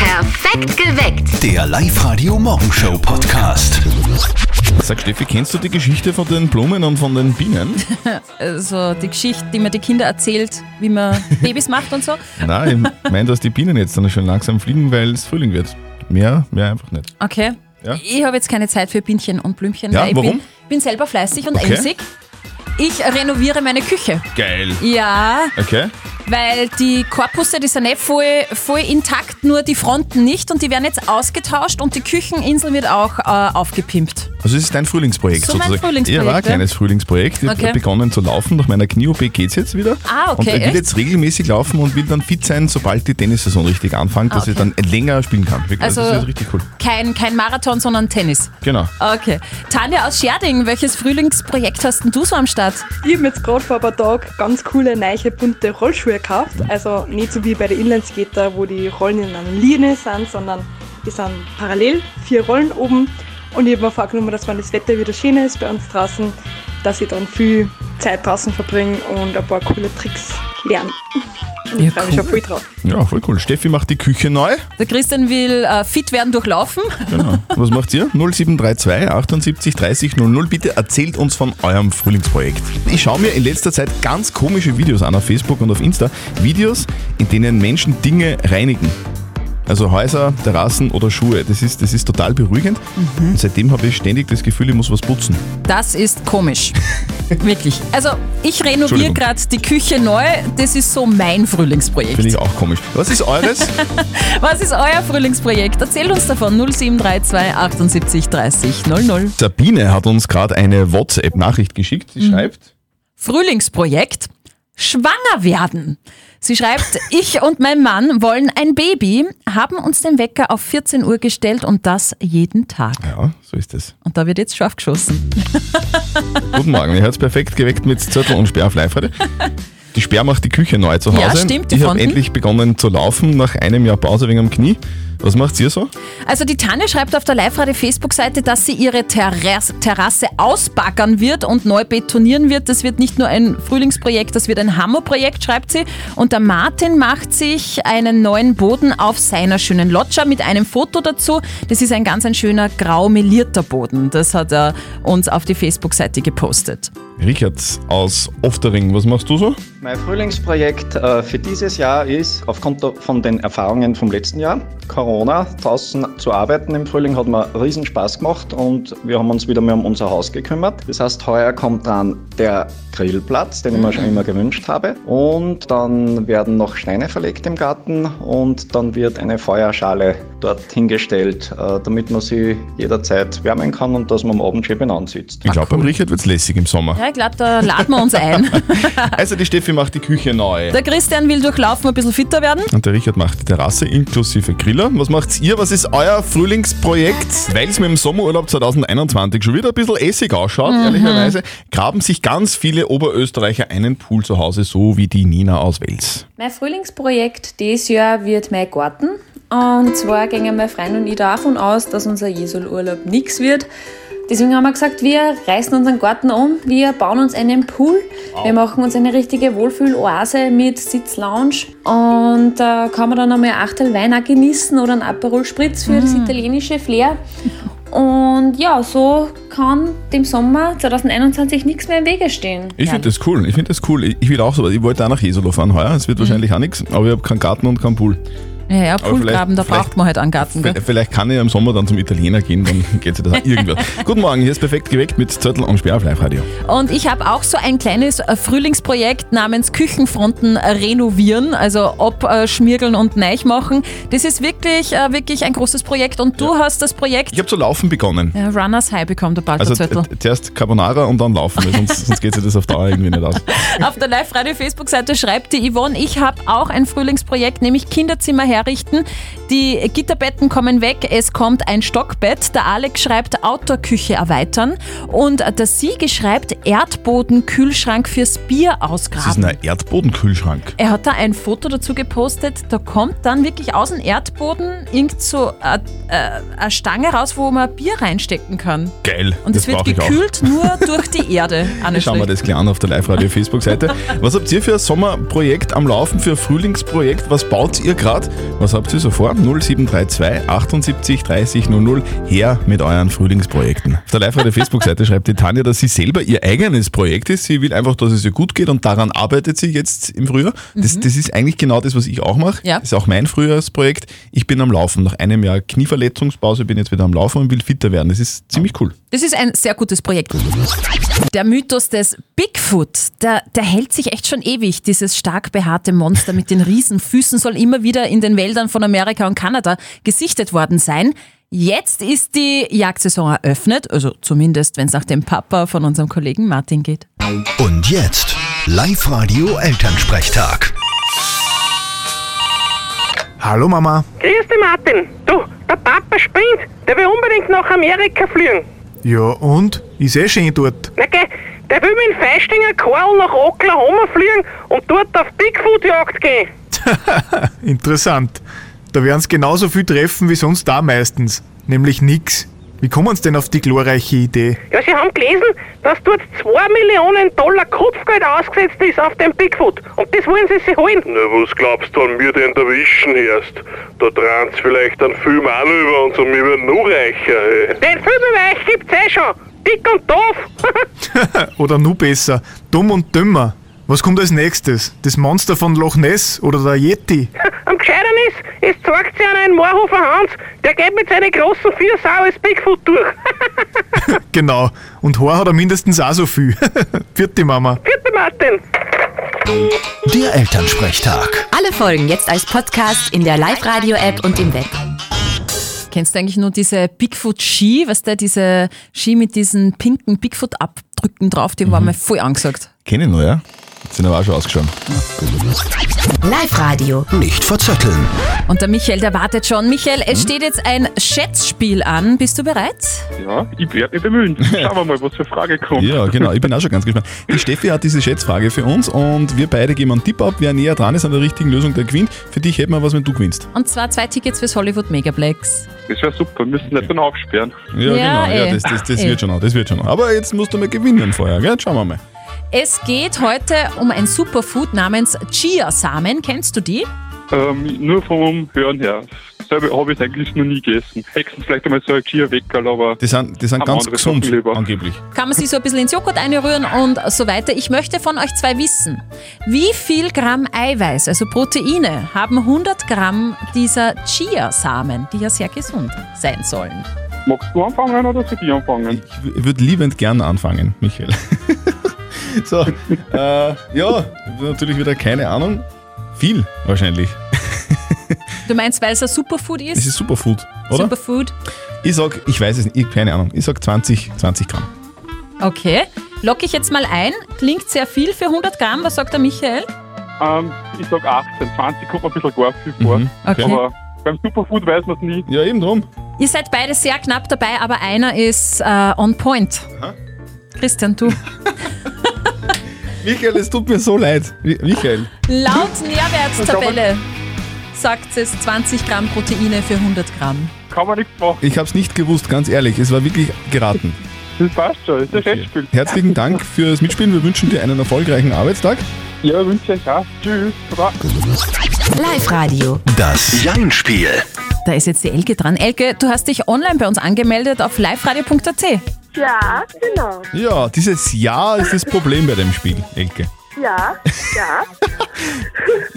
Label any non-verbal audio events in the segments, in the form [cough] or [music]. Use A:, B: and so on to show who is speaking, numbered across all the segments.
A: Perfekt geweckt.
B: Der Live-Radio Morgenshow Podcast.
C: Sag Steffi, kennst du die Geschichte von den Blumen und von den Bienen?
D: Also die Geschichte, die man die Kinder erzählt,
C: [laughs]
D: wie man Babys macht und so.
C: Nein, ich meine, dass die Bienen jetzt dann schon langsam fliegen, weil es Frühling wird. Mehr, mehr einfach nicht.
D: Okay.
C: Ja.
D: Ich habe jetzt keine Zeit für Bienchen und Blümchen.
C: Ja,
D: weil ich
C: warum?
D: Bin, bin selber fleißig und
C: Okay.
D: emsig. Ich renoviere meine Küche.
C: Geil.
D: Ja,
C: Okay.
D: weil die Korpusse, die sind eh voll, voll intakt, nur die Fronten nicht und die werden jetzt ausgetauscht und die Kücheninsel wird auch äh, aufgepimpt.
C: Also es ist dein Frühlingsprojekt
D: So mein
C: sozusagen.
D: Frühlingsprojekt,
C: Ja, war ein
D: ja.
C: kleines Frühlingsprojekt. Ich
D: Okay.
C: habe begonnen zu laufen, nach meiner Knie-OP geht es jetzt wieder.
D: Ah, okay,
C: Und ich will
D: echt?
C: jetzt regelmäßig laufen und will dann fit sein, sobald die Tennissaison richtig anfängt, dass ich
D: Ah, okay.
C: dann länger spielen kann. Wirklich,
D: Also-
C: das ist jetzt richtig cool.
D: Kein, kein Marathon, sondern Tennis.
C: Genau.
D: Okay. Tanja aus Scherding, welches Frühlingsprojekt hast denn du so am Start?
E: Ich habe jetzt gerade vor ein paar Tagen ganz coole, neue, bunte Rollschuhe gekauft. Also nicht so wie bei den Inlineskater, wo die Rollen in einer Linie sind, sondern die sind parallel, vier Rollen oben. Und ich habe mir vorgenommen, dass wenn das Wetter wieder schön ist bei uns draußen, dass ich dann viel Zeit draußen verbringe und ein paar coole Tricks lerne.
D: Ja,
E: Ich freue mich schon voll drauf.
C: Ja, voll cool. Steffi macht die Küche neu.
D: Der Christian will äh, fit werden durch Laufen.
C: Genau. Was macht ihr? 0732 78 30 00. Bitte erzählt uns von eurem Frühlingsprojekt. Ich schaue mir in letzter Zeit ganz komische Videos an auf Facebook und auf Insta. Videos, in denen Menschen Dinge reinigen. Also Häuser, Terrassen oder Schuhe. Das ist, das ist total beruhigend. Und seitdem habe ich ständig das Gefühl, ich muss was putzen.
D: Das
C: [laughs]
D: ist komisch. Wirklich. Also, ich renoviere
C: Entschuldigung.
D: gerade die Küche neu. Das ist so mein
C: Finde ich
D: Frühlingsprojekt.
C: auch komisch. Was ist eures?
D: Was ist euer Frühlingsprojekt? Erzählt uns davon 0732 78 30 00.
C: Sabine hat uns gerade eine WhatsApp-Nachricht geschickt. Sie schreibt.
D: Frühlingsprojekt? Schwanger werden.
C: [laughs]
D: Sie schreibt, ich und mein Mann wollen ein Baby, haben uns den Wecker auf 14 Uhr gestellt und das jeden Tag.
C: Ja, so ist es.
D: Und da wird jetzt scharf geschossen.
C: Guten Morgen, ihr hört's perfekt geweckt mit Zettel und Sperr auf live heute. Die Sperr macht die Küche neu zu Hause.
D: Ja, stimmt, die
C: Ich habe
D: Fronten.
C: endlich begonnen zu laufen nach einem Jahr Pause wegen am Knie. Was macht ihr so?
D: Also die Tanne schreibt auf der Live-Radio-Facebook-Seite, dass sie ihre Terras Terrasse ausbaggern wird und neu betonieren wird. Das wird nicht nur ein Frühlingsprojekt, das wird ein Hammerprojekt, schreibt sie. Und der Martin macht sich einen neuen Boden auf seiner schönen Loggia mit einem Foto dazu. Das ist ein ganz ein schöner grau melierter Boden. Das hat er uns auf die Facebook-Seite gepostet.
C: Richard aus Oftering, was machst du so?
F: Mein Frühlingsprojekt äh, für dieses Jahr ist, aufgrund der- von den Erfahrungen vom letzten Jahr, Corona, draußen zu arbeiten im Frühling hat mir riesen Spaß gemacht und wir haben uns wieder mehr um unser Haus gekümmert. Das heißt, heuer kommt dran der Grillplatz, den ich mir schon
G: Mhm.
F: immer gewünscht habe. Und dann werden noch Steine verlegt im Garten und dann wird eine Feuerschale dort hingestellt, äh, damit man sie jederzeit wärmen kann und dass man am Abend schön benannt sitzt.
C: Ich glaube, beim Richard wird's lässig im Sommer.
D: Ah, Ja, ich glaube, da laden wir uns [laughs] ein.
C: Also die Steffi macht die Küche neu.
D: Der Christian will durch Laufen ein bisschen fitter werden.
C: Und der Richard macht die Terrasse inklusive Griller. Was macht's ihr? Was ist euer Frühlingsprojekt? Weil es mit dem Sommerurlaub 2021 schon wieder ein bisschen essig ausschaut,
D: Mhm.
C: ehrlicherweise, graben sich ganz viele Oberösterreicher einen Pool zu Hause, so wie die Nina aus Wels.
H: Mein Frühlingsprojekt dieses Jahr wird mein Garten. Und zwar gingen mein Freund und ich davon aus, dass unser Jesulurlaub nichts wird. Deswegen haben wir gesagt, wir reißen unseren Garten um, wir bauen uns einen Pool, wir machen uns eine richtige Wohlfühloase mit Sitzlounge und da kann man dann einmal ein Achtel Wein auch genießen oder einen Aperol Spritz für das italienische Flair. Und ja, so kann dem Sommer 2021 nichts mehr im Wege stehen.
C: Ich finde das cool, ich finde das cool. Ich, ich will auch sowas. Ich wollte auch nach Jesolo fahren heuer. Es wird wahrscheinlich auch nichts, aber ich habe keinen Garten und keinen Pool.
D: Mhm. Ja, ja, Poolgraben, da
C: vielleicht-
D: braucht man halt einen Garten. Gell?
C: V- Vielleicht kann ich ja im Sommer dann zum Italiener gehen, dann [laughs] geht sich das auch irgendwas. Guten Morgen, hier ist perfekt geweckt mit Zettel und Sperr auf Live-Radio.
D: Und ich habe auch so ein kleines äh, Frühlingsprojekt namens Küchenfronten äh, renovieren, also abschmirgeln und neich machen. Das ist wirklich, äh, wirklich ein großes Projekt und du hast das Projekt
C: Ich habe zu laufen begonnen.
D: ja, Runners High bekommen, der
C: Also
D: Balkerzettel.
C: t- zuerst Carbonara und dann laufen, weil sonst, sonst geht sich das auf Dauer irgendwie nicht aus.
D: [laughs] Auf der Live-Radio-Facebook-Seite schreibt die Yvonne, ich habe auch ein Frühlingsprojekt, nämlich Kinderzimmer herrichten. Die Gitterbetten kommen weg, es kommt ein Stockbett. Der Alex schreibt, Outdoor-Küche erweitern. Und der Siege schreibt, Erdboden-Kühlschrank fürs Bier
C: Das ist
D: ausgraben.
C: ein Erdbodenkühlschrank.
D: Er hat da ein Foto dazu gepostet, da kommt dann wirklich aus dem Erdboden irgend so eine äh, Stange raus, wo man Bier reinstecken kann.
C: Geil.
D: Und es
C: das
D: wird
C: brauch ich auch. [laughs]
D: gekühlt nur durch die Erde. Anne
C: Schauen wir
D: Schlicht.
C: das gleich an auf der Live-Radio-Facebook-Seite. Was habt ihr für ein Sommerprojekt am Laufen, für ein Frühlingsprojekt? Was baut ihr gerade? Was habt ihr so vor? 0732 78 30 00. Her mit euren Frühlingsprojekten. Auf der live der Facebook-Seite schreibt die Tanja, dass sie selber ihr eigenes Projekt ist. Sie will einfach, dass es ihr gut geht und daran arbeitet sie jetzt im Frühjahr. Das, das ist eigentlich genau das, was ich auch mache.
D: Mhm. Ja.
C: Das ist auch mein Frühjahrsprojekt. Ich bin am Laufen. Nach einem Jahr Knieverletzungspause bin ich jetzt wieder am Laufen und will fitter werden. Das ist ziemlich cool.
D: Das ist ein sehr gutes Projekt. Der Mythos des Bigfoot, der, der hält sich echt schon ewig. Dieses stark behaarte Monster mit den Riesenfüßen soll immer wieder in den Wäldern von Amerika und Kanada gesichtet worden sein. Jetzt ist die Jagdsaison eröffnet, also zumindest wenn es nach dem Papa von unserem Kollegen Martin geht.
B: Und jetzt Live-Radio Elternsprechtag.
A: Hallo Mama.
I: Grüß dich, Martin. Du, der Papa springt. Der will unbedingt nach Amerika fliegen.
A: Ja und? Ist eh schön dort.
I: Na geh, der will mit dem Feistinger Karl nach Oklahoma fliegen und dort auf Bigfoot-Jagd gehen.
A: Interessant. Da werden sie genauso viel treffen wie sonst da meistens. Nämlich nix. Wie kommen sie denn auf die glorreiche Idee?
I: Ja, sie haben gelesen, dass dort 2 Millionen Dollar Kopfgeld ausgesetzt ist auf den Bigfoot. Und das wollen sie sich holen.
J: Na, was glaubst du, an mir denn erwischen erst? Da dran's vielleicht einen Film auch noch über uns und wir werden noch reicher. Hey.
I: Den Filmbeweis gibt's eh schon. Dick und doof. [laughs]
A: Oder nur besser, dumm und dümmer. Was kommt als nächstes? Das Monster von Loch Ness oder der Yeti?
I: Am gescheitern ist, es zeigt sich an einen Moorhofer Hans, der geht mit seinen großen Viersau als Bigfoot durch. [laughs]
A: Genau. Und Haar hat er mindestens auch so viel. [laughs] Vierte Mama.
I: Vierte Martin.
B: Der Elternsprechtag.
K: Alle Folgen jetzt als Podcast in der Live-Radio-App und im Web.
D: Kennst du eigentlich nur diese Bigfoot-Ski, weißt du, diese Ski mit diesen pinken Bigfoot-Abdrücken drauf, die waren
K: Mhm.
D: mir voll angesagt.
C: Kenne ich noch, ja? Sind aber auch schon ausgeschaut.
K: Live-Radio.
B: Nicht verzetteln.
D: Und der Michael, der wartet schon. Michael, es
K: Mhm.
D: steht jetzt ein Schätzspiel an. Bist du bereit?
G: Ja, ich werde mich
F: [laughs]
G: bemühen. Schauen wir mal, was für Frage kommt.
C: Ja, genau. Ich bin auch schon ganz gespannt. Die Steffi hat diese Schätzfrage für uns und wir beide geben einen Tipp ab. Wer näher dran ist an der richtigen Lösung, der gewinnt. Für dich hätten wir was, wenn du gewinnst.
D: Und zwar zwei Tickets fürs Hollywood Megaplex.
G: Das wäre super, wir müssen nicht dann aufsperren.
C: Ja,
D: Ja,
C: genau.
D: eh.
C: Ja, das das, das
D: Eh.
C: wird schon noch. Das wird schon noch. Aber jetzt musst du mal gewinnen vorher, gell? Schauen wir mal.
D: Es geht heute um ein Superfood namens Chia-Samen. Kennst du die?
G: Ähm, nur vom Hören her. Selber habe ich eigentlich noch nie gegessen. Hexen vielleicht einmal so ein Chia-Weckerl, aber
C: Die sind, die sind
G: Haben
C: ganz
G: andere
C: gesund,
G: Sachen lieber.
C: angeblich.
D: Kann man sie so ein bisschen ins Joghurt einrühren und so weiter. Ich möchte von euch zwei wissen, wie viel Gramm Eiweiß, also Proteine, haben 100 Gramm dieser Chia-Samen, die ja sehr gesund sein sollen?
G: magst du anfangen oder soll ich anfangen?
C: Ich würde liebend gern anfangen, Michael. [laughs] so, äh, ja, natürlich wieder keine Ahnung. Viel wahrscheinlich.
D: Du meinst, weil es ein Superfood ist?
C: Es ist Superfood, oder?
D: Superfood.
C: Ich sag, ich weiß es nicht, ich, keine Ahnung. Ich sag 20, 20 Gramm.
D: Okay. Lock ich jetzt mal ein. Klingt sehr viel für 100 Gramm. Was sagt der Michael?
G: Ähm, ich sag 18, 20 kommt mir ein bisschen gar viel vor.
C: Mhm,
D: okay.
G: Aber beim Superfood weiß man es nie.
C: Ja, eben drum.
D: Ihr seid beide sehr knapp dabei, aber einer ist äh, on point. Christian, du.
C: Michael, es tut mir so leid. Mi- Michael.
D: Laut Nährwertstabelle sagt es 20 Gramm Proteine für 100 Gramm.
G: Kann man nichts machen.
C: Ich hab's nicht gewusst, ganz ehrlich. Es war wirklich geraten.
G: Das passt schon, das ist ein Schätzspiel.
C: Herzlichen Dank fürs Mitspielen. Wir wünschen dir einen erfolgreichen Arbeitstag.
G: Ja, wünsche ich euch auch. Tschüss. Baba.
K: Live-Radio.
B: Das Jein-Spiel.
D: Da ist jetzt die Elke dran. Elke, du hast dich online bei uns angemeldet auf liveradio.at.
I: Ja, genau.
C: Ja, dieses Ja ist das Problem bei dem Spiel, Elke.
I: Ja, ja.
C: [laughs]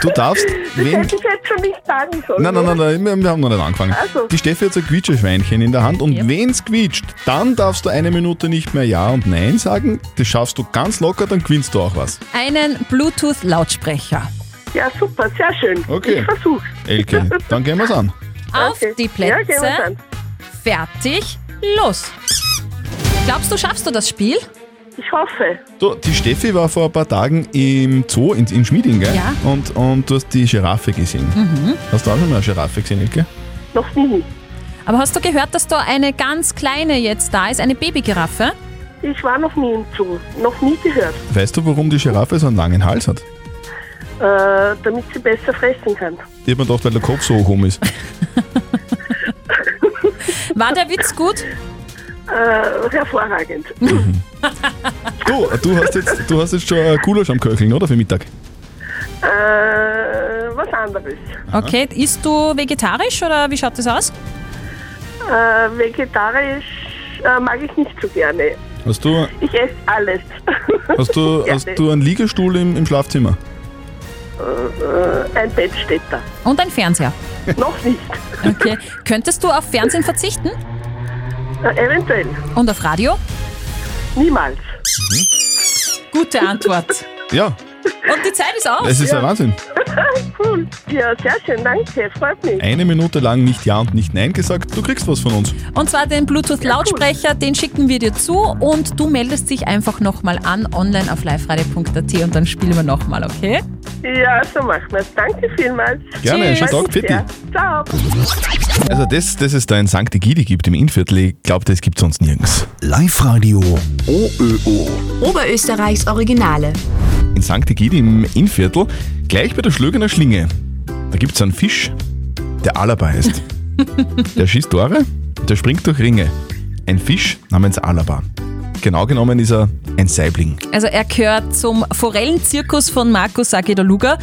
C: Du darfst,
I: [laughs]
C: wenn.
I: ich jetzt schon nicht sagen sollen.
C: Nein, nein, nein, nein, wir- wir haben noch nicht angefangen.
I: so.
C: Die Steffi hat so ein Quietscherschweinchen in der Hand und wenn's quietscht, dann darfst du eine Minute nicht mehr Ja und Nein sagen. Das schaffst du ganz locker, dann gewinnst du auch was.
D: Einen Bluetooth-Lautsprecher.
I: Ja, super, sehr schön.
C: Okay. Ich
I: versuch's.
C: Elke, dann gehen wir's an.
D: Auf die Plätze. Fertig. Los. Glaubst du, schaffst du das Spiel?
I: Ich hoffe.
C: Du, die Steffi war vor ein paar Tagen im Zoo in, in Schmieding, gell?
D: Ja.
C: Und, und du hast die Giraffe gesehen. Hast du auch schon mal eine Giraffe gesehen, Elke?
I: Noch nie.
D: Aber hast du gehört, dass da eine ganz kleine jetzt da ist, eine Babygiraffe?
I: Ich war noch nie im Zoo. Noch nie gehört.
C: Weißt du, warum die Giraffe so einen langen Hals hat?
I: Äh, damit sie besser fressen kann.
C: Ich hab mir gedacht, weil der Kopf so hoch ist.
D: War der Witz gut?
C: [laughs]
I: Äh, hervorragend.
C: Du, du hast jetzt, du hast jetzt schon einen Gulasch am Köcheln, oder? Für Mittag.
I: äh, was
L: anderes.
D: Okay, isst du vegetarisch oder wie schaut das aus?
L: Äh, vegetarisch äh, mag ich nicht so gerne.
C: Hast du,
L: Ich esse alles.
C: [laughs] hast du,
L: Gerne.
C: hast du einen Liegestuhl im, im Schlafzimmer?
L: Äh, ein Bett steht
C: [laughs]
L: da.
D: Und ein Fernseher.
L: Noch nicht.
D: Okay. Könntest du auf Fernsehen verzichten?
L: Äh, eventuell.
D: Und auf Radio?
L: Niemals.
D: Gute Antwort.
C: Ja,
D: Und die Zeit ist aus.
C: es ist ein Wahnsinn.
L: cool. Ja, sehr schön, danke. Freut mich.
C: Eine Minute lang nicht Ja und nicht Nein gesagt, du kriegst was von uns.
D: Und zwar den Bluetooth-Lautsprecher, den schicken wir dir zu und du meldest dich einfach nochmal an online auf liveradio.at und dann spielen wir nochmal, okay?
L: Ja, so machen wir es. Danke vielmals.
C: Gerne, schönen Tag, Fitti.
L: Ja, Ciao.
C: Also das, das es da in St. Egidi gibt im Innviertel, ich glaube, das gibt sonst nirgends.
B: Live-Radio OÖO.
K: Oberösterreichs Originale.
C: In St. Egidi im Innviertel, gleich bei der Schlögener Schlinge, da gibt es einen Fisch, der Alaba heißt. der schießt Tore, der springt durch Ringe. Ein Fisch namens Alaba. Genau genommen ist er ein Saibling.
D: Also er gehört zum Forellenzirkus von Markus Sagedaluga.